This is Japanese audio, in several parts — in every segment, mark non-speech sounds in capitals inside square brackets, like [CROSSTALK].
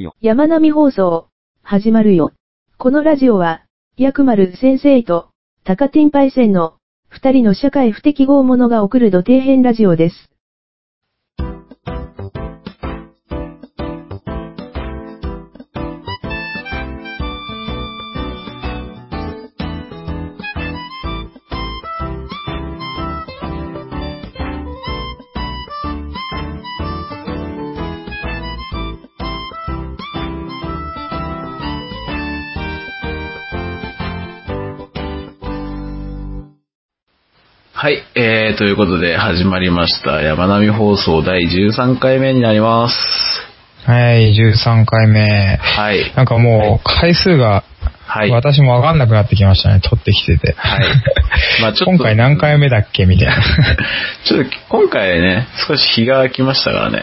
よ。山並放送、始まるよ。このラジオは、薬丸先生と、高天パイセンの、二人の社会不適合者が送る土底編ラジオです。はい、えー、ということで始まりました山並放送第13回目になります。はい、13回目。はい。なんかもう、回数が、はい。はい。私もわかんなくなってきましたね、撮ってきてて。 [LAUGHS] まあちょっと、今回何回目だっけみたいな。ちょっと今回ね、少し日が空きましたからね。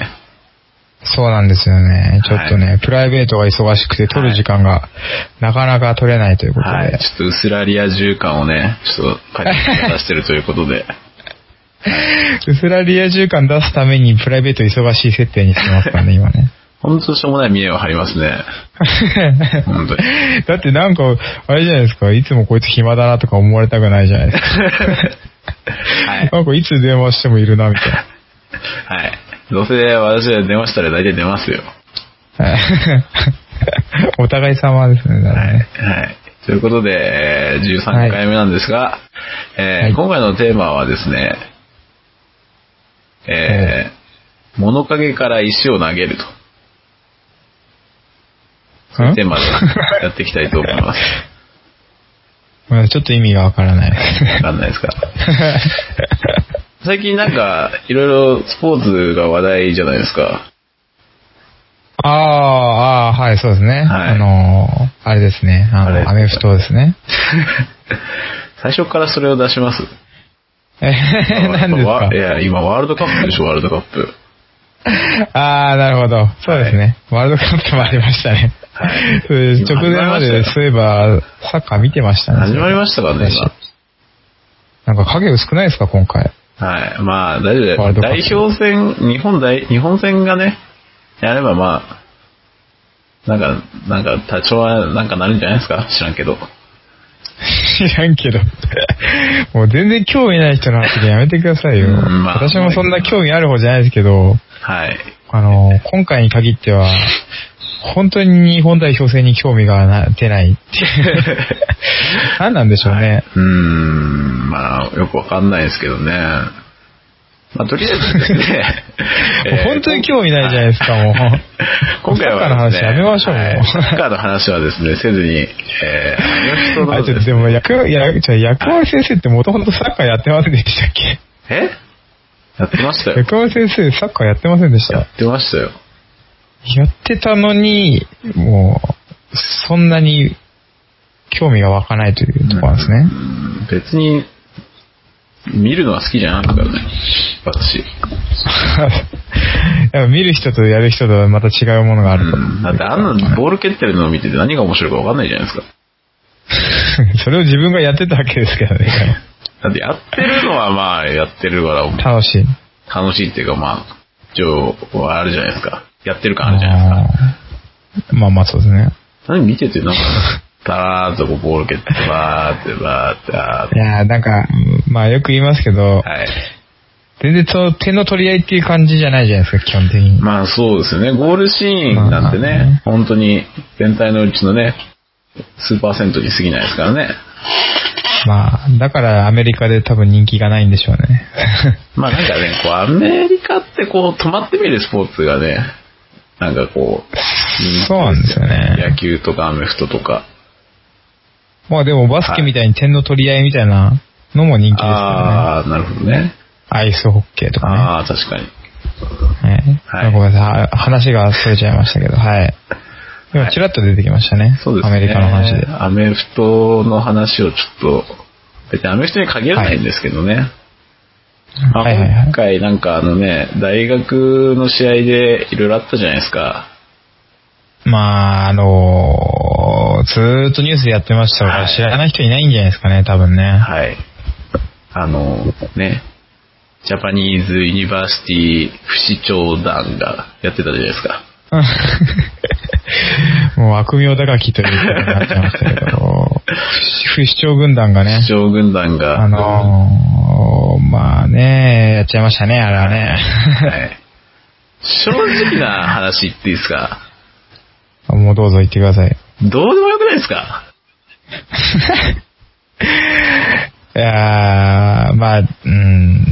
そうなんですよね。ちょっとね、はプライベートが忙しくて撮る時間がなかなか取れないということで。はい。ちょっと薄らりや重感をね、ちょっと感じ出してるということ [LAUGHS] で。うすらリア充感出すためにプライベート忙しい設定にしてますからね、今 [LAUGHS] ね。ほんとしょうもない見栄を張りますね。本 [LAUGHS] 当に。だってなんか、あれじゃないですか、いつもこいつ暇だなとか思われたくないじゃないですはか。い。なんかいつ電話してもいるな、みたいな。はい。どうせ私が電話したら大体出ますよ。はいお互い様ですね、だからね。はい。ということで、えー13回目なんですが、えーはい今回のテーマはですね、えー物陰から石を投げると。そういうんテーマでやっていきたいと思います。 [LAUGHS] まあちょっと意味がわからないですわね。 [LAUGHS] かんないですか。最近なんか、いろいろスポーツが話題じゃないですか。ああ、ああ、はい、そうですね。はいあのー、あれですね。ああれの、アメフトですね。最初からそれを出します。えへへ [LAUGHS] 何ですわいかや、今ワールドカップでしょ、ワールドカップ。ああ、なるほど。そうですね。ワールドカップもありましたね。はいそうです直前まで、そういえば、サッカー見てましたね。始まりましたからね、今。なんか影薄くないですか、今回。はい。まあ、大丈ワー夫ルドカだッよ。プ代表戦、日本代、日本戦がね、やればまあ、なんか、なんか、多少は、なんかなるんじゃないですか知らんけど。知らんけど。もう全然興味ない人の話でやめてくださいよ。うんまあ私もそんな興味ある方じゃないですけど、はい。あの、今回に限っては、本当に日本代表戦に興味がな出な [LAUGHS] いっていう。何なんでしょうね。うーん、まあ、よくわかんないですけどね。まあ、とりあえずですね [LAUGHS] もう。本当に興味ないじゃないですか、 [LAUGHS] もう。今回はですね、サッカーの話やめましょうもうはいサッカーの話はですね、せずに、えー、あの人のあ、ちょっとでも、役、や、じゃあ役割先生ってもともとサッカーやってませんでしたっけえやってましたよ。役割先生サッカーやってませんでしたやってましたよ。やってたのに、もう、そんなに興味が湧かないというところなんですね。うん別に、見るのは好きじゃないからね。私。 [LAUGHS] やっぱ見る人とやる人とはまた違うものがあうると。ん。だってあんなボール蹴ってるのを見てて何が面白いかわかんないじゃないですか。 [LAUGHS] それを自分がやってたわけですけどね。だってやってるのはまあやってるから楽しい。楽しいっていうかまあ、一応あるじゃないですか。やってる感あるじゃないですか。あーまあまあそうですね。何見ててなんか、だらーっとこうボール蹴ってバーってバーってあーっいて。やーなんか、まあよく言いますけど、はい。全然その手の取り合いっていう感じじゃないじゃないですか、基本的に。まあそうですね。ゴールシーンなんてね、本当に全体のうちのね、数パーセントに過ぎないですからね。まあ、だからアメリカで多分人気がないんでしょうね。まあなんかね、こう、アメリカってこう、止まってみるスポーツがね、なんかこそうなんですよう、ね。野球とかアメフトとか。まあでもバスケみたいに点の取り合いみたいなのも人気ですからね。ああ、なるほどね。アイスホッケーとかね。ああ、確かに。はい。はいごめんなさい。は話が逸れちゃいましたけど、はい。今、ちらっと出てきましたね。そうですね。アメリカの話で。アメフトの話をちょっと、別にアメフトに限らないんですけどね。まあはいはいはい今。回なんかあのね、大学の試合でいろいろあったじゃないですか。まあ、あのー、ずーっとニュースでやってましたから、はい知らない人いないんじゃないですかね、多分 [LAUGHS] ね。はい。あの、ね、ジャパニーズ・ユニバーシティ不死鳥団がやってたじゃないですか。もう悪名高きということになっちゃいましたけど、不死鳥軍団がね市、長軍団が。あのー、まあね、やっちゃいましたね、あれはね。はい正直な話言っていいですかもうどうぞ言ってください。どうでもよくないですかいやー、まあ、うん、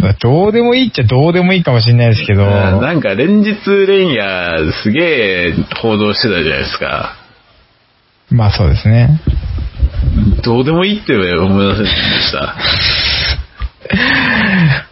まあどうでもいいっちゃどうでもいいかもしれないですけど、うんなんか連日連夜すげえ報道してたじゃないですか。まあそうですね。どうでもいいって思い出せました。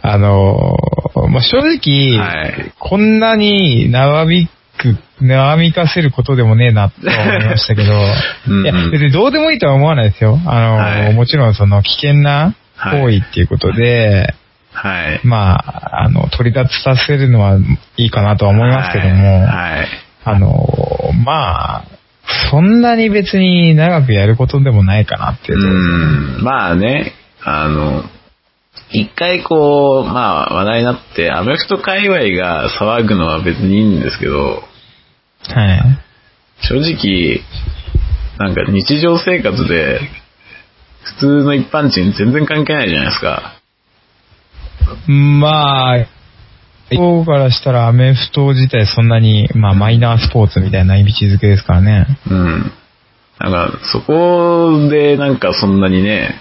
あのー、まあ正直、はいこんなに長引く、長引かせることでもねえなと思いましたけど、 [LAUGHS] うんうんいや、別にどうでもいいとは思わないですよ。あのー、はいもちろんその危険な行為っていうことで、はい。まあ、あの、取り立つさせるのはいいかなとは思いますけども、はい。あのー、まあ、そんなに別に長くやることでもないかなってういうところですねん。まあね、あの、一回こう、まあ話題になって、アメフト界隈が騒ぐのは別にいいんですけど、はい。正直、なんか日常生活で、普通の一般人全然関係ないじゃないですか。まあ、方からしたらアメフト自体そんなに、まあマイナースポーツみたいな位置づけですからね。うん。なんか、そこでなんかそんなにね、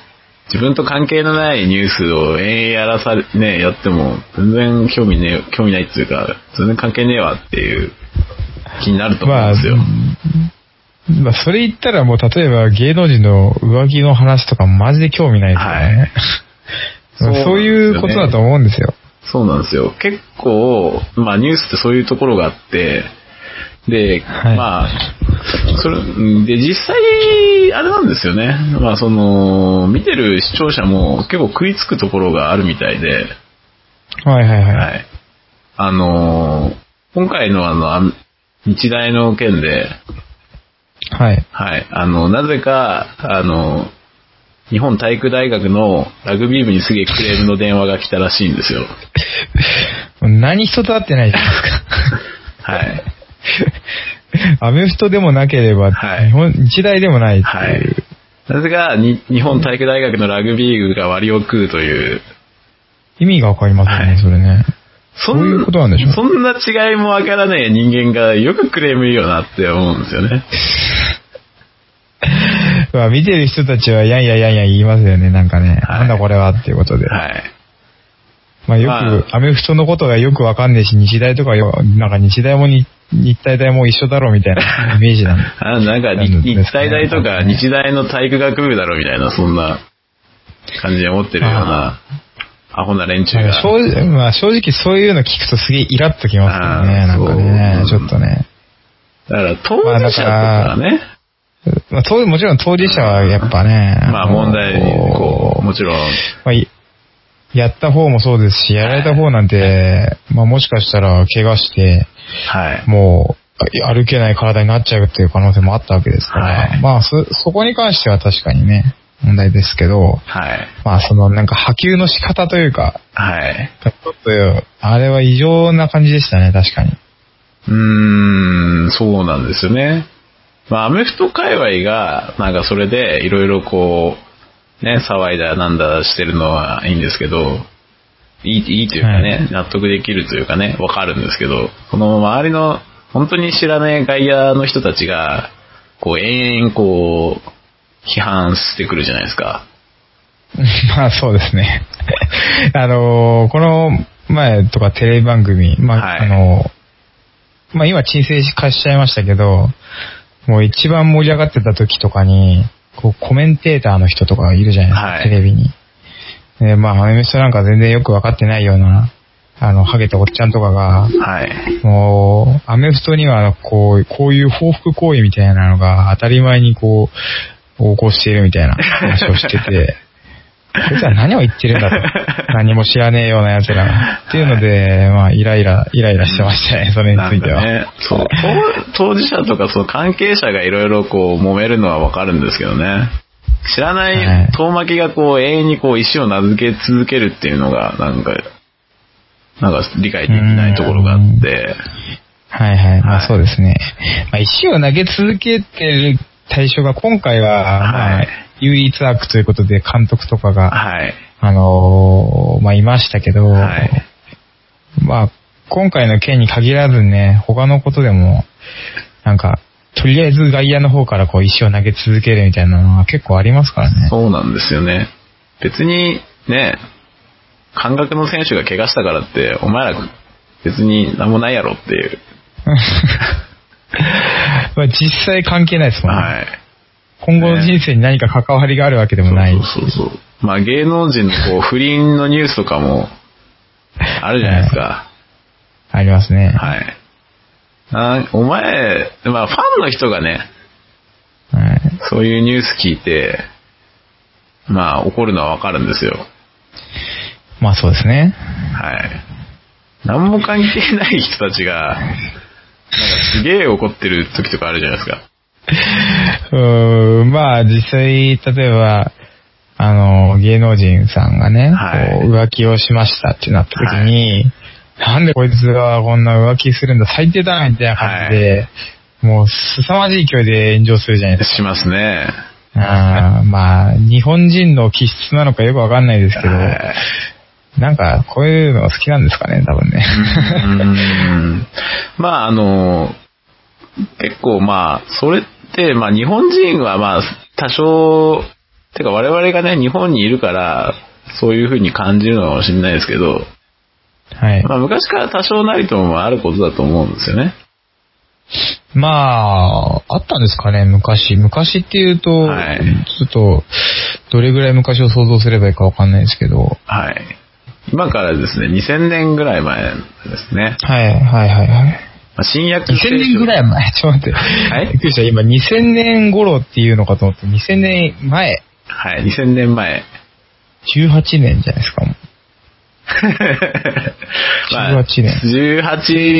自分と関係のないニュースを延々やらされ、ね、やっても、全然興味ねえ、興味ないっていうか、全然関係ねえわっていう気になると思うんですよ。まあそれ言ったらもう例えば芸能人の浮気の話とかマジで興味ないですからね。はいまあそういうことだと思うんですよ。そうなんですよ。結構、まあニュースってそういうところがあって、で、はいまあ、それ、うんで、実際、あれなんですよね。まあその、見てる視聴者も結構食いつくところがあるみたいで、はいはいはい。はい。あのー今回のあのあん、日大の件で、はい。はい、あの、なぜか、あの、日本体育大学のラグビー部にすげえクレームの電話が来たらしいんですよ。もう何一つ合って [LAUGHS] ないじゃないですか。はい。アメフトでもなければ、はい日本日大でもないっていう。はい。なぜか、に日本体育大学のラグビー部が割を食うという、意味がわかりませんはね、いそれね。 [LAUGHS] そんそういうことなんでしょうそんな違いもわからない人間がよくクレーム言うよなって思うんですよね。まあ見てる人たちはやんややんや言いますよね、なんかね。はいなんだこれはっていうことで。はい。まあよく、まアメフトのことがよくわかんねえし、日大とかよ、なんか日大もに日体大も一緒だろうみたい [LAUGHS] なイメージなんで。あなんかなん日、ですね日体大とか日大の体育学部だろみたいな、そんな感じで思ってるような、アホな連中なんかが。正直まあ正直そういうの聞くとすげえイラッときますよね、あなーんかね、ちそうょっとね。だから当事者だからね、まあ当もちろん当事者はやっぱね、まあ問題にこう、もちろん、まあ、いやった方もそうですし、やられた方なんて、まあもしかしたら怪我して、はい。もう、あ歩けない体になっちゃうっていう可能性もあったわけですから、はいまあそ、そこに関しては確かにね、問題ですけど、はい。まあそのなんか波及の仕方というか、はい。ちょっと、あれは異常な感じでしたね、確かに。うーん、そうなんですよね。まあ、アメフト界隈が、なんかそれで、いろいろこう、ね、騒いだ、なんだしてるのはいいんですけど、いい、いいというかね、納得できるというかね、わかるんですけど、この周りの、本当に知らない外野の人たちが、こう、延々こう、批判してくるじゃないですか。 [LAUGHS] まあそうですね。 [LAUGHS] あのーこの前とかテレビ番組、まあ、はいあのーまあ今沈静化しちゃいましたけど、もう一番盛り上がってた時とかに、こうコメンテーターの人とかいるじゃないですか、はいテレビに。で、まあアメフトなんか全然よくわかってないような、あの、ハゲたおっちゃんとかが、はい。もう、アメフトには、こう、こういう報復行為みたいなのが当たり前にこう、横行しているみたいな話をし [LAUGHS] てて、こいつは何を言ってるんだと。何も知らねえような奴らが。っていうので、まあ、イライラ、イライラしてましたね、それにつなんいてかは。ね、そう、当当事者とかその関係者がいろいろこう揉めるのはわかるんですけどね。知らなはいい遠巻きがこう永遠にこう石を名付け続けるっていうのがなんか、なんか理解できないところがあって、はいはい。まはいあそうですね。まあ、石を投げ続けてる対象が今回は、まはあい、唯一悪ということで監督とかが、はい。あのーまあいましたけど、はいまあ、今回の件に限らずね、他のことでも、なんか、とりあえず外野の方からこう石を投げ続けるみたいなのは結構ありますからね。そうなんですよね。別に、ね、感覚の選手が怪我したからって、お前ら別に何もないやろっていう。まあ実際関係ないですもんね。はい。今後の人生に何か関わりがあるわけでもない。そうそうそうそう。まあ芸能人のこう不倫のニュースとかも、あるじゃないですか。ありますね。はい。あお前、まあファンの人がね、はいそういうニュース聞いて、まあ怒るのはわかるんですよ。まあそうですね。はい。何も関係ない人たちが、なんかすげえ怒ってる時とかあるじゃないですか。 [LAUGHS] うーん、まあ実際、例えば、あの、芸能人さんがね、はいこう浮気をしましたってなった時に、なんでこいつがこんな浮気するんだ、最低だなみたいな感じで、もう凄まじい勢いで炎上するじゃないですか。しますね。あーまあ、日本人の気質なのかよくわかんないですけど、はいなんか、こういうのが好きなんですかね、多分ね。うんまああの、結構まあ、それって、まあ日本人はまあ、多少、てか我々がね、日本にいるから、そういうふうに感じるのかもしれないですけど、 [LAUGHS] はい。まあ昔から多少なりともあることだと思うんですよね。まあ、あったんですかね、昔。昔っていうと、はいちょっと、どれぐらい昔を想像すればいいかわかんないですけど、ははい、い。今からですね、2000年ぐらい前ですね。はい、はい、はい。まあ新約聖書2000年ぐらい前、ちょっと待って。はいびっくりした、今2000年頃っていうのかと思って、2000年前、はい、2000年前。 18年じゃないですか、もう。 [LAUGHS] まあ18年18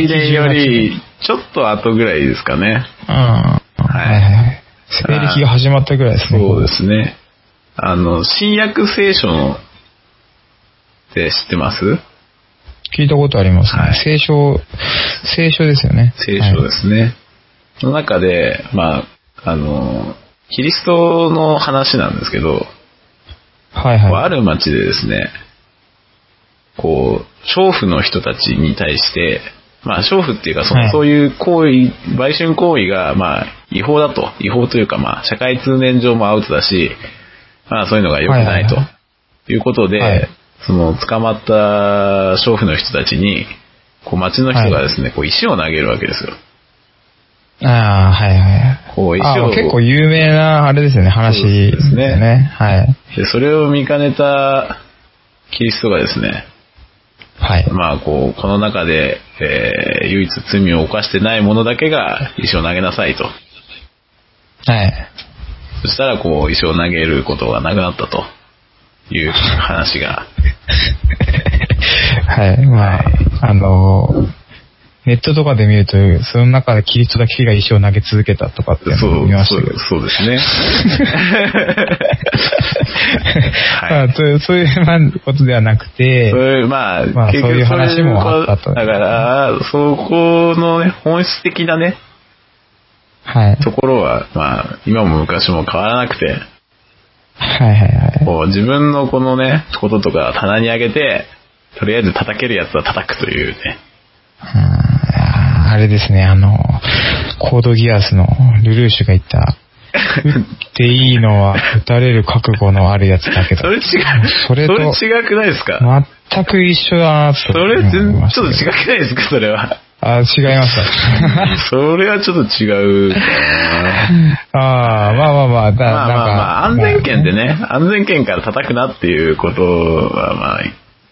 年より、ちょっと後ぐらいですかね。うん。はい、はい、はい。西暦が始まったぐらいですね。そうですね。あの、新約聖書の、って知ってます聞いたことありますね。はい聖書、聖書ですよね。。聖書ですすね。の中で、まあ、あの、キリストの話なんですけど、はい、こうはい。ある町でですね、こう、娼婦の人たちに対して、まあ、娼婦っていうか、そはのいそういう行為、売春行為が、まあ、違法だと。違法というか、まあ、社会通念上もアウトだし、まあ、そういうのが良くないはいはいはということで、はいその、捕まった娼婦の人たちに、こう、町の人がですね、こう、石を投げるわけですよ。ああ、はいはい。こう石をあー結構有名な、あれですよね、話そうですねはい。で、それを見かねた、キリストがですね、はい。まあ、こう、この中で、えー唯一罪を犯してない者だけが石を投げなさいと。はい。そしたら、こう、石を投げることがなくなったという話が。 [LAUGHS] はい。まあ、はいあのー、ネットとかで見ると、その中でキリストだけが石を投げ続けたとかってそ、いううのを見ましそたうけど。、そうですね。はいまあ、そういうそういうまあことではなくて、そういう、まあ、まあそういう話もあったとだから、そこのね、本質的なね、はい。ところは、まあ、今も昔も変わらなくて、はいはいはい。こう自分のこのね、こととか棚にあげて、とりあえず叩けるやつは叩くというね。あーあれですね、あの、コードギアスのルルーシュが言った、打っていいのは打たれる覚悟のあるやつだけだそ。れ違う、そそれれと違くないですか全く一緒だなとそれ全、ち思いょまっしたと違くないですかそれは。あ、違いました。それはちょっと違うかな。ああ、まあまあまあ、だまあまあまあ、な安んか全圏でね、安全圏から叩くなっていうことは、まあ、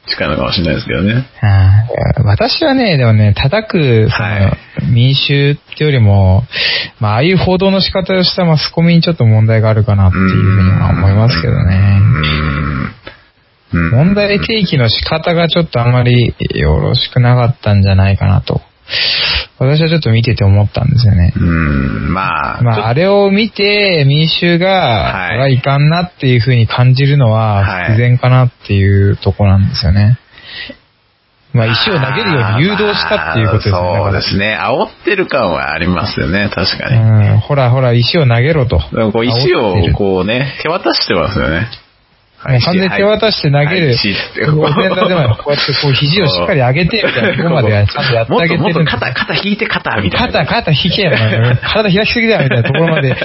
近いのかもしれないですけどね。あー私はね、でもね、叩く、その、はい民衆ってよりも、まあ、ああいう報道の仕方をしたマスコミにちょっと問題があるかなっていうふうには思いますけどね。うーん。うん問題提起の仕方がちょっとあまりよろしくなかったんじゃないかなと。私はちょっと見てて思ったんですよねう。ん、まあ、まあ、あれを見て、民衆が、はこいれはいかんなっていう風に感じるのははい、必然かなっていうとこなんですよね。まあ、石を投げるように誘導したっていうことですね。あーそうでね。すね。煽ってる感はありますよね、確かに。うん、ほらほら、石を投げろと。でもこう石煽ってをるこうね、手渡してますよね。もう完全に手渡して投げはる。い石ってこう、前座でもこうやってこう肘をしっかり上げて、みたいな、ここまではちゃんとやってもあっとげてもっとる。肩、肩引いて肩みたいな。肩、肩引けやな。体開きすぎだよ、みたいなところまでしっ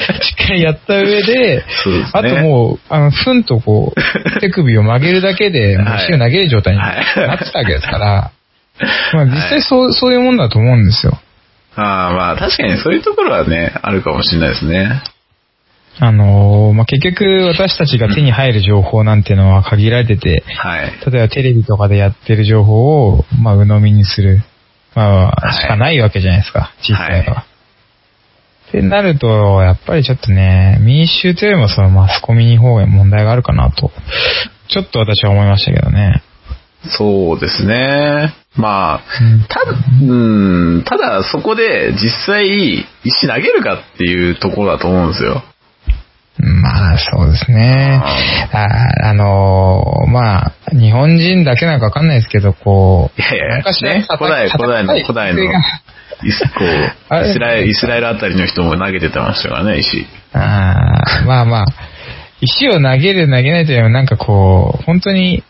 かりやった上で、そうですねあともう、あの、ふんとこう、手首を曲げるだけで、もうはい石を投げる状態にはいなってたわけですから、まあ実はい際そう、そういうもんだと思うんですよ。ああ、まあ確かにそういうところはね、あるかもしれないですね。あのーまあ、結局私たちが手に入る情報なんてのは限られてて、はい。例えばテレビとかでやってる情報を、まあ、鵜呑みにする、まはあ、いしかないわけじゃないですか、実際は。はってなると、やっぱりちょっとね、民衆というよりもそのマスコミの方が問題があるかなと、ちょっと私は思いましたけどね。そうですね。まあ、うんただ、うん、ただそこで実際、石投げるかっていうところだと思うんですよ。まあ、そうですね。ああのーまあ、日本人だけなんかわかんないですけど、こうい、やいや、昔はね、古代、古代の、古代の、イス、こあう、れイスラエル、イスラエルあたりの人も投げてましたからね、石。あーまあまあ、石を投げる、投げないというよりも、なんかこう、本当に、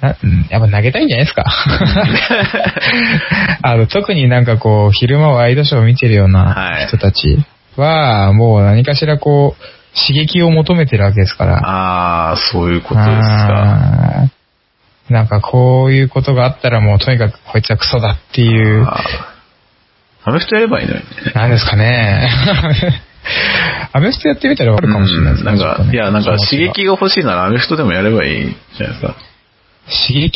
なやっぱ投げたいんじゃないです [LAUGHS] か。あの特になんかこう、昼間ワイドショーを見てるようはない人たちは、もう何かしらこう、刺激を求めてるわけですから。ああ、そういうことですか。あーなんかこういうことがあったらもうとにかくこいつはクソだっていうあーアメフトやればいいのにね。なんです [LAUGHS] かね。アメフトやってみたらわかるかもしれないですね。うんちょなっとんか、ねいや、なんか刺気持ち激が欲しいならアメフトでもやればいいじゃないですか。が刺激、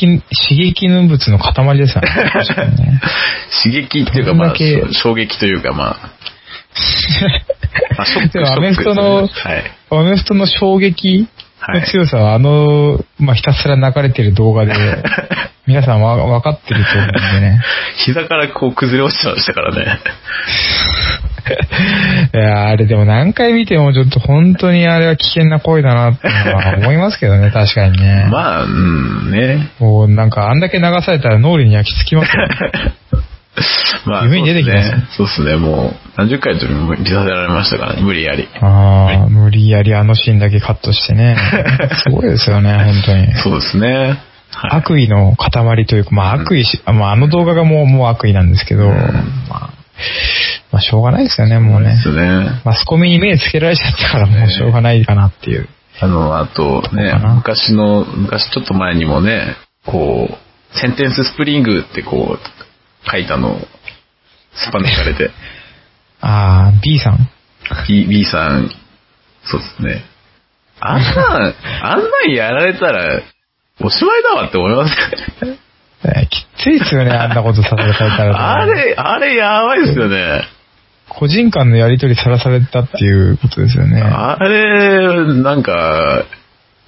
刺激の物の塊ですよね。 [LAUGHS] 確かにね刺激っていうか、まあ、どんだけそう衝撃というか、まあ、まあ、ショック、シ [LAUGHS] でョックもアメフトでのすねはい。アメフトの衝撃の強さは、あの、まあ、ひたすら流れてる動 [LAUGHS] 画で、皆さんわ分かってると思うんでね。膝からこう崩れ落ちてましたからね。いや、あれでも何回見てもちょっと本当にあれは危険な行為だなっていうのは思いますけ [LAUGHS] どね、確かにね。まあ、うん、ね。もうなんかあんだけ流されたら脳裏に焼き付きますよね。まあ、夢に出てきますね。そうですね、もう、何十回とも見させられましたからね、無理やり。ああ、無理やりあのシーンだけカットし [LAUGHS] てね。すごいですよね、本当に。そうですね。はい。悪意の塊というか、まあ悪意し、まああの動画がもう、もう悪意なんですけど、うんまあ、まあしょうがないですよね、もうでね。すね。マスコミに目つけられちゃったからもうしょうがないかなっていう。あの、あとねそうかな、昔の、昔ちょっと前にもね、こう、センテンススプリングってこう、書いたのを、スパ抜かれ [LAUGHS] て、ああ、B さん B, B さん、そうですね。あんなん、あんなんやられたら、おしまいだわって思いますかね。えーきついで [LAUGHS] すよね、あんなことさらされたら。あれ、あれやばいですよね。個人間のやりとりさらされたっていうことですよね。あれ、なんか、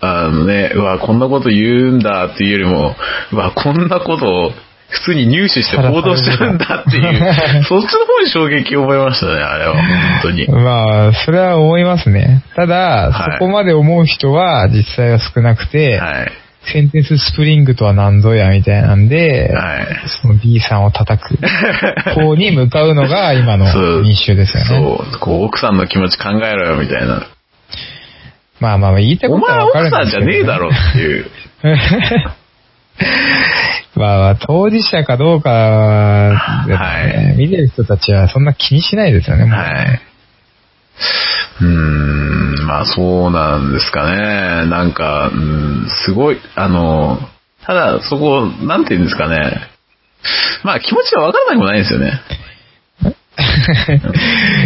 あのね、うわ、こんなこと言うんだっていうよりも、うわ、こんなことを普通に入手して報道してるんだって [LAUGHS] いう、そっちの方に衝撃を覚えましたね、あれは、本当に。まあ、それは思いますね。ただ、はいそこまで思う人は実際は少なくて、はい。センテンススプリングとは何ぞやみたいなんで、はい。その B さんを叩く方に向かうのが今のそう民衆ですよね。そう、こう、奥さんの気持ち考えろよ、みたいな。まあまあまあ言いたいおこと前はわかる奥さんでんじゃすけど、ねえだろっていう。まあまあ当事者かどうかは、は見てる人たちはそんな気にしないですよね。もうはい。うーん、まあそうなんですかね。なんか、うん、すごい、あの、ただそこ、なんて言うんですかね。まあ気持ちはわからなくもないんですよね。 [LAUGHS]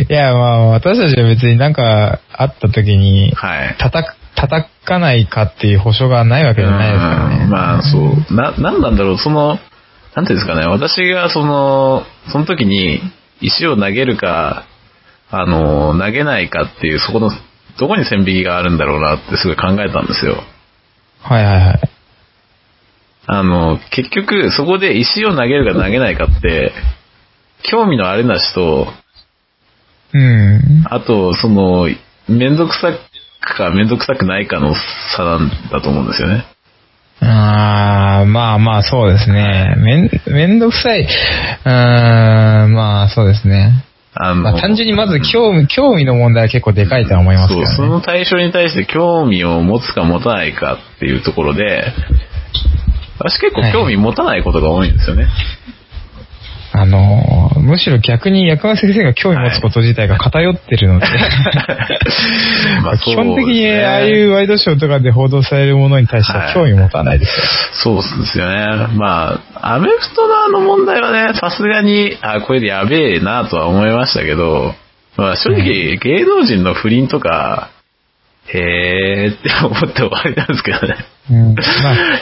いや、まあ、私たちは別になんか、あった時に、はい。叩く、叩かないかっていう保証がないわけじゃないですからね。うんまあそう、な、なんなんだろう、その、なんていうんですかね、私がその、その時に石を投げるか、あの、投げないかっていう、そこの、どこに線引きがあるんだろうなってすごい考えたんですよ。はいはいはい。あの、結局、そこで石を投げるか投げないかって、興味のあるなしと、うん。あと、その、めんどくさくかめんどくさくないかの差なんだと思うんですよね。あーまあまあ、そうですね。めん、めんどくさい。うーん、まあ、そうですね。あまあ、単純にまず日興味、興味の問題は結構でかいとは思いますけどね。そう、その対象に対して興味を持つか持たないかっていうところで、私結構興味持たないことが多いんですよね。あのー、むしろ逆に薬丸先生が興味持つこと自体が偏ってる [LAUGHS] ので、まあ基本そ的にうですねああいうワイドショーとかで報道されるものに対しては興味持たないですよ。そうですよね。まあ、アメフトのあの問題はね、さすがに、あ、これでやべえなとは思いましたけど、まあ正直、芸能人の不倫とか、へーって思って終わりなんですけどね。うんま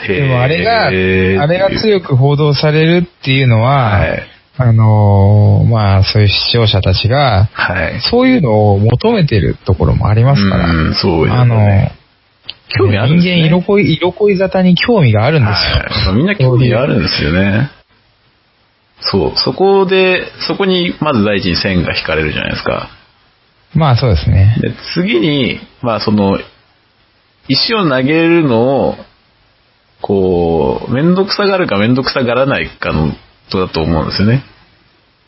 あ、でもあれが、あへーれが強く報道されるっていうのは、はいあのーまあ、そういう視聴者たちが、はい。そういうのを求めてるところもありますから、うん、そうですあのー、ね。興味あるんですね人間色恋、色恋沙汰に興味があるんですはいまあよ。みんな興味があるんですよね。そう、そこで、そこにまず第一に線が引かれるじゃないですか。まあそうですね。で、次に、まあその、石を投げるのを、こう、めんどくさがるかめんどくさがらないかの、とだと思うんですよね。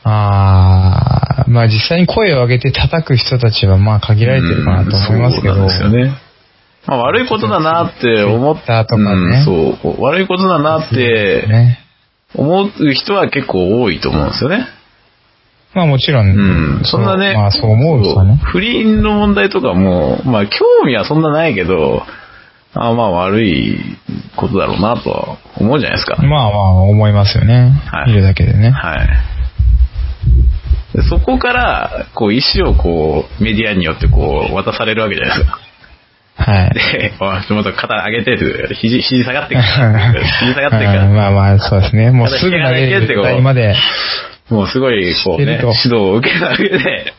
ああ、まあ実際に声を上げて叩く人たちはまあ限られてるかなと思いますけど。うんそうなんですよね。まあ悪いことだなって思っ Twitter とかねうんそうこう。悪いことだなっでてね。思う人は結構多いと思うんですよね。まあもちろん。うん、そんなね、まあそう思う人ね。不倫の問題とかも、まあ興味はそんなないけど、あまあ悪いことだろうなとは思うじゃないですか。まあまあ思いますよね。はい見るだけでね。はい。でそこから、こう、石をこう、メディアによってこう、渡されるわけじゃないですか。 [LAUGHS] はい。で、おいちょっと肩上げてって、肘、肘下がってく [LAUGHS] から、肘下がってくかうんら、まあまあそうですね。もうすぐ投げる状態まで。もうすごい、こう知ってね、る指と導を受けた上で、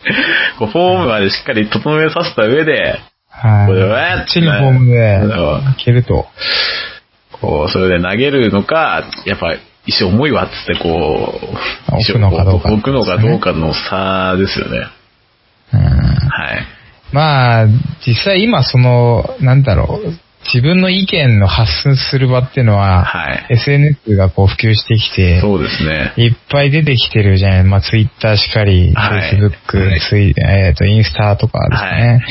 こう、フォームまでしっかり整えさせた上で、はい。これはチリフォームでうんいけると。こう、それで投げるのか、やっぱ、石重いわっつって、こう、置くのかどうか石をこ置くのかどうかの差ですよね。うんはい。まあ、実際今その、なんだろう、自分の意見の発信する場っていうのは、はい SNS がこう普及してきて、そうですね。いっぱい出てきてるじゃない。まあ、ツイッターしかり、はい Facebook、ツイえっ、と、インスタとかですね。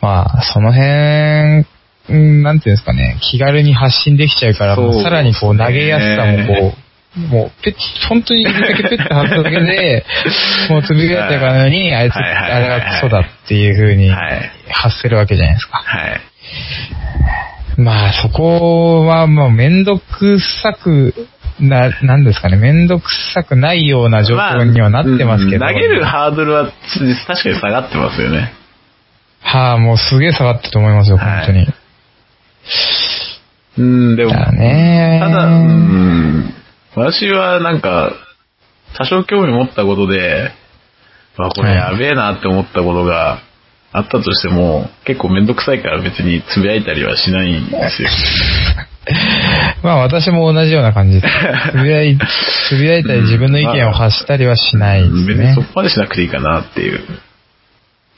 まあ、その辺、うんなんていうんですかね、気軽に発信できちゃうから、そうですねもうさらにこう、投げやすさもこう、もう、ペッ、本当に指だけペッて外すだけで、 [LAUGHS] もうつぶやいてるかのように、あいつ、はいはいはいあれがクソだっていう風にはい発せるわけじゃないですか。はい。まあ、そこは、まあ、めんどくさく、な、なんですかね、めんどくさくないような状況にはなってますけど。まあうん投げるハードルは確かに下がってますよね。はあ、もうすげえ下がってると思いますよ、はい本当に。うん、でも、だねただ、うん、私はなんか、多少興味持ったことで、あ、これはやいべえなって思ったことがあったとしても、結構めんどくさいから別につぶやいたりはしないんですよ。まあ、私も同じような感じです。 [LAUGHS] つぶやい、つぶやいたり自分の意見を発したりはしないで別すにねそ。こまでしなくていいかなっていう。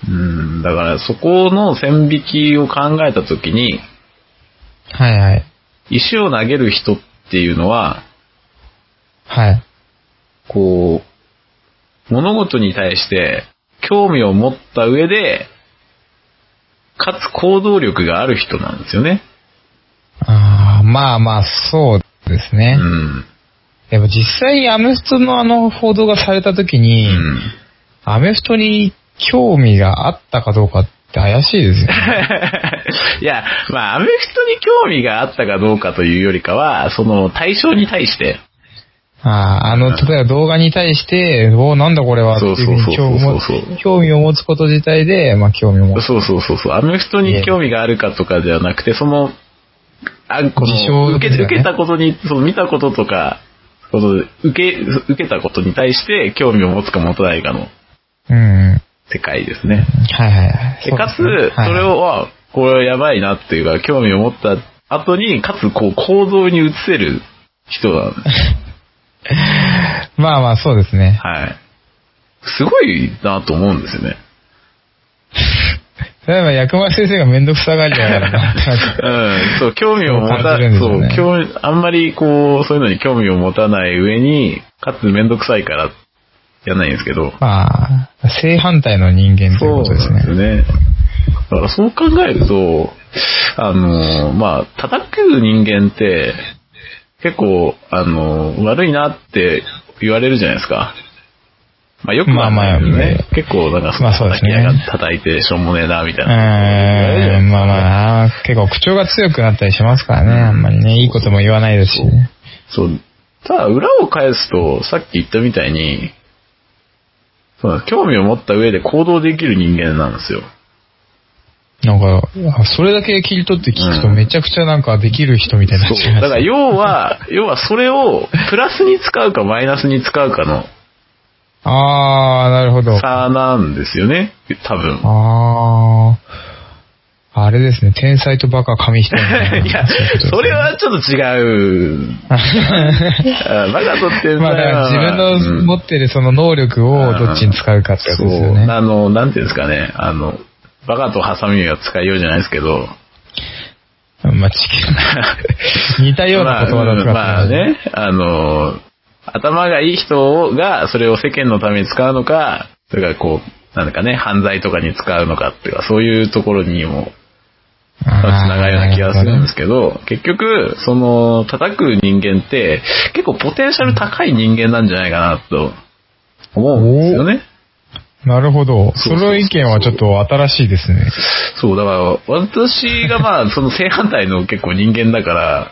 うん、だからそこの線引きを考えたときに、はいはい。石を投げる人っていうのは、はい。こう、物事に対して興味を持った上で、かつ行動力がある人なんですよね。ああ、まあまあ、そうですうね。ん。でも実際、アメフトのあの報道がされた時に、うん [LAUGHS] アメフトに興味があったかどうかって怪しいですよね。 [LAUGHS] いや、まあ、アメフトに興味があったかどうかというよりかは、その対象に対して、ああ、あの、例えば動画に対して、おお、なんだこれはっていうふうに興味そうをそうそうそうそう興味を持つこと自体で、まあ興味を持つ。そうそうそうそう、アメフトに興味があるかとかではなくて、その、あこ事象の受けですよね受けたことに、その見たこととか、この受け、受けたことに対して興味を持つか持たないかのうん。は世界ですね。いはいはい。でそうかでつ、すねそれ、はいを、あこれはやばいなっていうか、興味を持った後に、かつ、こう、行動に移せる人なん [LAUGHS] です。まあまあそうですね。はい。すごいなと思うんですよね。例えば、薬丸先生がめんどくさがりだから [LAUGHS] な、うん、そう、興味を持た、感じるんですそようね、興味、あんまりこう、そういうのに興味を持たない上に、かつめんどくさいから、やんないんですけど。まあ、正反対の人間というそこうとですなんですね。ね。だからそう考えると、あの、まあ、叩く人間って、結構、あの、悪いなって言われるじゃないですか。まあ、よくはないですまあまあね結構、なんか、まあそうですね叩きやがって叩いて、しょうもねえな、みたいうな。ーん、まあまあ、結構口調が強くなったりしますからね、あんまりね、いいことも言わないですし。そう。ただ、裏を返すと、さっき言ったみたいに、そうなんです興味を持った上で行動できる人間なんですよ。なんか、それだけ切り取って聞くとうんめちゃくちゃなんかできる人みたいになっそうちゃいまだすからね。要 [LAUGHS] は、要はそれをプラスに使うかマイナスに使うかのあー、なるほど。差なんですよね、多分。あー、あれですね、天才とバカ紙一重みたい [LAUGHS] な。いやそういうことですね、それはちょっと違 [LAUGHS] う。あバカとってんまあだから自分の持ってるその能力をどっちに使うかってことですよそう。ね。あの、なんていうんですかね、あの、バカとハサミは使いようじゃないですけど、まあ、地 [LAUGHS] 球似たような言葉だとか、まあうんまあね、あの、頭がいい人がそれを世間のために使うのか、それからこう、なんだかね、犯罪とかに使うのかっていうか、そういうところにもあー。つながるような気がするんですけど、結局、その、叩く人間って、結構ポテンシャル高い人間なんじゃないかなと思うんですよね。なるほど。そそそうそううそうの意見はちょっと新しいですね。そう、だから、私がまあ、その正反対の結構人間だから、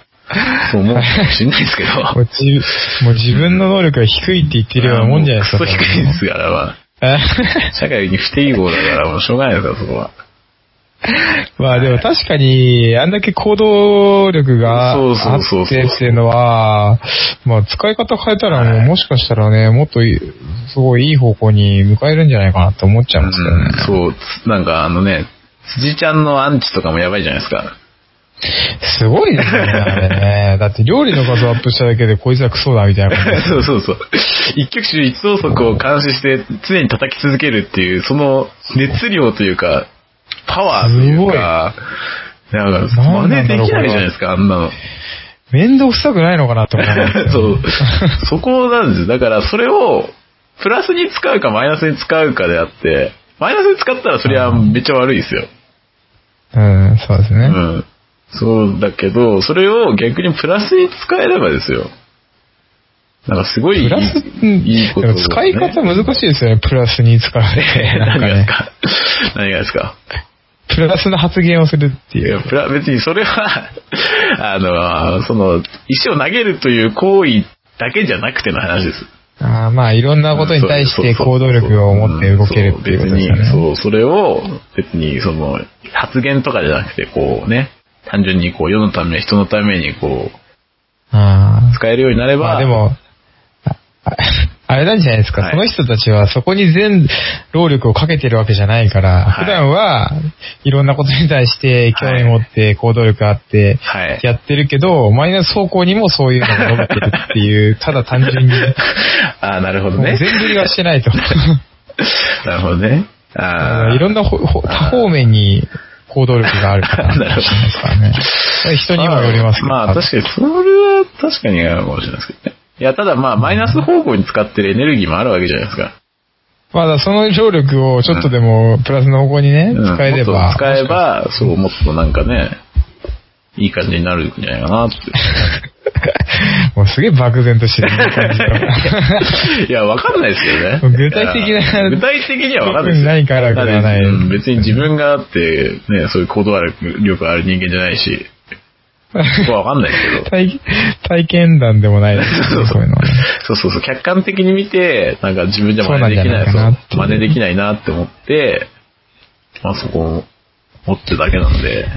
そう思うかもしれない [LAUGHS] ですけど。もう自もう自分の能力が低いって言ってるようなもんじゃないですか。 [LAUGHS] クソ低いですから、まあ。社会に不適合だから、もうしょうがないですから、そこは。 [LAUGHS] まあでも確かに、あんだけ行動力がそうそあうそうそうってっていうのは、まあ使い方変えたらもうもしかしたらね、もっといすごいいい方向に向かえるんじゃないかなって思っちゃうんですけどね。うんそう、なんかあのね、辻ちゃんのアンチとかもやばいじゃないですか。すごいですね、あれね。だって料理の画像アップしただけでこいつはクソだみたいなこと。そうそうそう。一極集一等速を監視して常に叩き続けるっていう、その熱量というか、パワーというか、なんか、なん真な似んだでろうきないじゃないですか、あんなの。めんどくさくないのかなって思いますよ [LAUGHS] ねそう。そこなんですよ。だから、それを、プラスに使うかマイナスに使うかであって、マイナスに使ったらそりゃめっちゃ悪いですよ。うん、そうですうね。ん。そうだけど、それを逆にプラスに使えればですよ。なんかすごいいい、プラス、いいこと、でも使い方難しいですよね、プラスに使うって。な [LAUGHS] 何んかがですね、か何がですかプラスの発言をするっていいうや、。プラ、別にそれは、 [LAUGHS] あの、その、石を投げるという行為だけじゃなくての話です。あーまあ、いろんなことに対して行動力を持って動けるっていうことですようんそう別ね。に、そう、それを、別に、その、発言とかじゃなくて、こうね、単純にこう、世のため、人のためにこう、あ使えるようになれーば、まあ、でも、あああれなんじゃないですか、はいその人たちはそこに全労力をかけてるわけじゃないから、はい普段はいろんなことに対して興味持って行動力があって、はい。やってるけど、マイナス方向にもそういうのが伸びてるっていう、ただ単 [LAUGHS] 純に、ああ、なるほどもうね。全振りはしてないと。なるほどね。ああ。いろんなほほ多方面に行動力があるから [LAUGHS] なるほどですからね。人にもよりますけど。まあ、まあ確かに、それは確かにあるかもしれないですけどね。いや、ただまあ、マイナス方向に使ってるエネルギーもあるわけじゃないですか。まあだからその労力をちょっとでもプラスの方向にね、うん使えれもっば。と使えば、そう、もっとなんかね、いい感じになるんじゃないかな [LAUGHS] って。もうすげえ漠然としてる感じがいや、わかんないですよね。具体的な [LAUGHS] いや具体的にはわかんないですよ。特に何かあるわけではないだってうん別に自分があって、ね、そういう行動力ある人間じゃない [LAUGHS] し、 [LAUGHS] そこはわかんないですけど。体体験談でもないです [LAUGHS] けどそういうのはね。そうそうそう、客観的に見て、なんか自分じゃそう真なん似でじきゃな、ないいそかうなっていう真似できないなって思って、まあそこを持ってるだけなんで、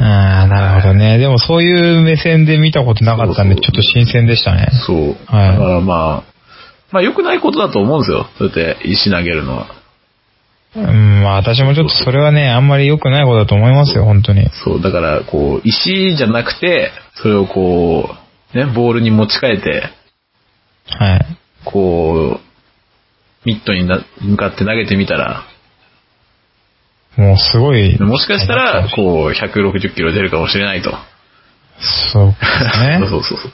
ああ、なるほどね。でもそういう目線で見たことなかったんで、そうちそょうっと新鮮でしたね。そう。だかはいらまあ、まあ良くないことだと思うんですよ。そうやって石投げるのは。うん、まあ私もちょっとそれはね、あんまり良くないことだと思いますよ、本当に。そう、だから、こう、石じゃなくて、それをこう、ね、ボールに持ち替えて、はい。こう、ミットにな向かって投げてみたら、もうすごい。もしかしたら、こう、160キロ出るかもしれないと。。そうですね [LAUGHS] そうそうそう。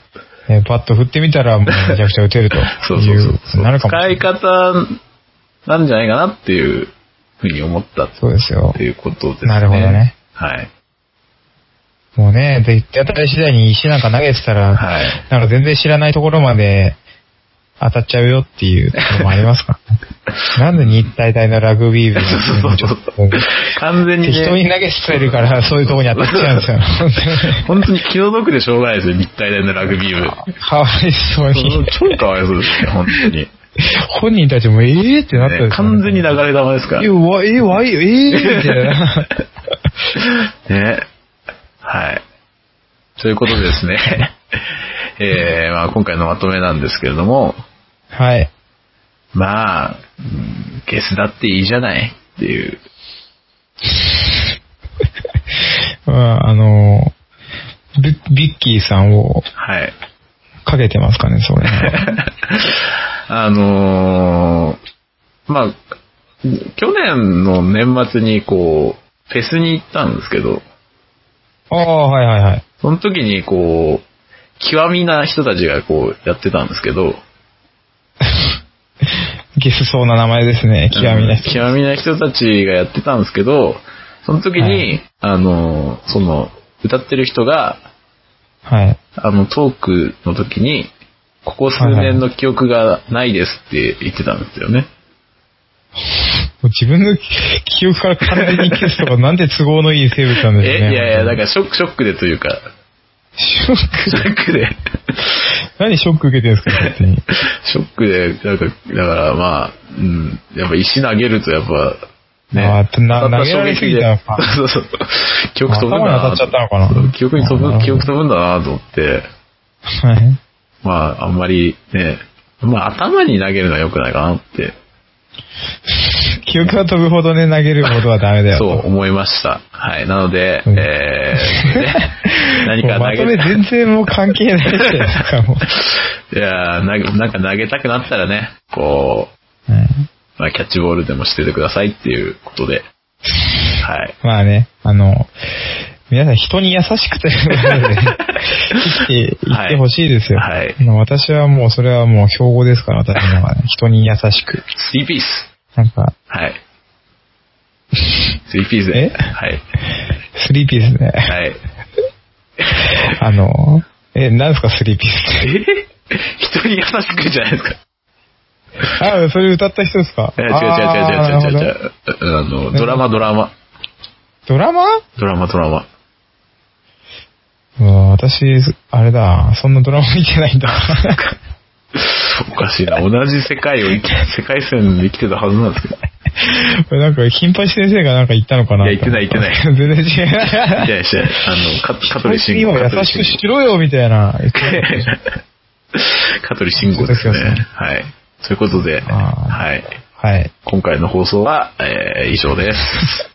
えーパッと振ってみたら、もうめちゃくちゃ打てるとそういそううそうそうなるかもし使れいない。方なんじゃないかなっていうふうに思ったっそうですよて。いうことですね。なるほどね。はい。もうね、で、手当たり次第に石なんか投げてたら、はいなんか全然知らないところまで当たっちゃうよっていうところもありま [LAUGHS] すからね。なんで日体大のラグビー部のチームそうにちそょうそっうそとこうう。完全に適当にね、投げてるから、そういうところに当たっちゃうんですよ。本当に気の毒でしょうがないですよ、日体大のラグビー部。かわいそうに。超かわ [LAUGHS] いそうですね、本当に。本人たちも、ええー、ってなったねでしょうね完全に流れ玉ですから。え、わ、え、わ、え、えー、みたいな。 [LAUGHS] ね。はい。ということでですね。 [LAUGHS] えー、まあ今回のまとめなんですけれども、はい。まあ、うんゲスだっていいじゃないっていう。まあ、あの、ビビッキーさんをはい。 [LAUGHS] かけてますかね、それ。あのーまあ、去年の年末にこう、フェスに行ったんですけど、ああ、はいはいはい。その時にこう、極みな人たちがこうやってたんですけど、ゲスそうな名前ですね、極みな人。うん極みな人たちがやってたんですけど、その時に、はいあの、その、歌ってる人が、はい。あの、トークの時に、ここ数年の記憶がないですって言ってたんですよね。もう自分の記憶から完全に消すとか、なんて都合のいい生物なんですえ、ね。いやいや、だからら。ショック、ショックでというか、ショッショク。 [LAUGHS] ックで、何ショック受けてるんですか、勝手に。ショックで、なんか、だからまあ、うん、やっぱ石投げるとやっぱ、あーな当たった投げられすぎたのか [LAUGHS] そうそう。記憶飛ぶんだな。頭に当たっちゃったのかなそう記憶に飛あぶ、ー記憶飛ぶんだなと思って、はい。まあ、あんまりね、まあ、頭に投げるのは良くないかなって、記憶が飛ぶほどね、投げるほどはダメだよ。そう思いました。はい。なので、うんえー、ね [LAUGHS] 何かもうま投とげめ全然もう関係ないじゃないですか、も [LAUGHS] う。いやーななんか投げたくなったらね、こはい、う、まあ、キャッチボールでもしててくださいっていうことで、はい。まあね、あの、皆さん人に優し [LAUGHS] くということで、生きて、いってほしいですよ。はいあの私はもう、それはもう標語ですから、私 [LAUGHS] のはね、人に優しく。スリーピース。なんか、はい。スリーピースで。えはい。スリーピースね。はい。あの、え、なんですか、スリーピースって。え [LAUGHS] 人に優しくじゃないですか。あ、それ歌った人ですかえ違う違あーう違う違う違うな違るほどう。あの、ドラマドラマ。ドラマドラマドラマ。うわ私、あれだ、そんなドラマ見てない [LAUGHS] んだ。おかしいな。同じ世界を生き、世界線で生きてたはずなんですけど。これなんか、金八先生がなんか言ったのかないや言ってない言ってな全然違。[LAUGHS] いうやいや、あの、 [LAUGHS] カカトリシン今ゴ。優しくしろよ、みた [LAUGHS] いな。カトリシンゴですそうですよねね。はい。ということで、あーはい。はい。今回の放送は、えー以上です。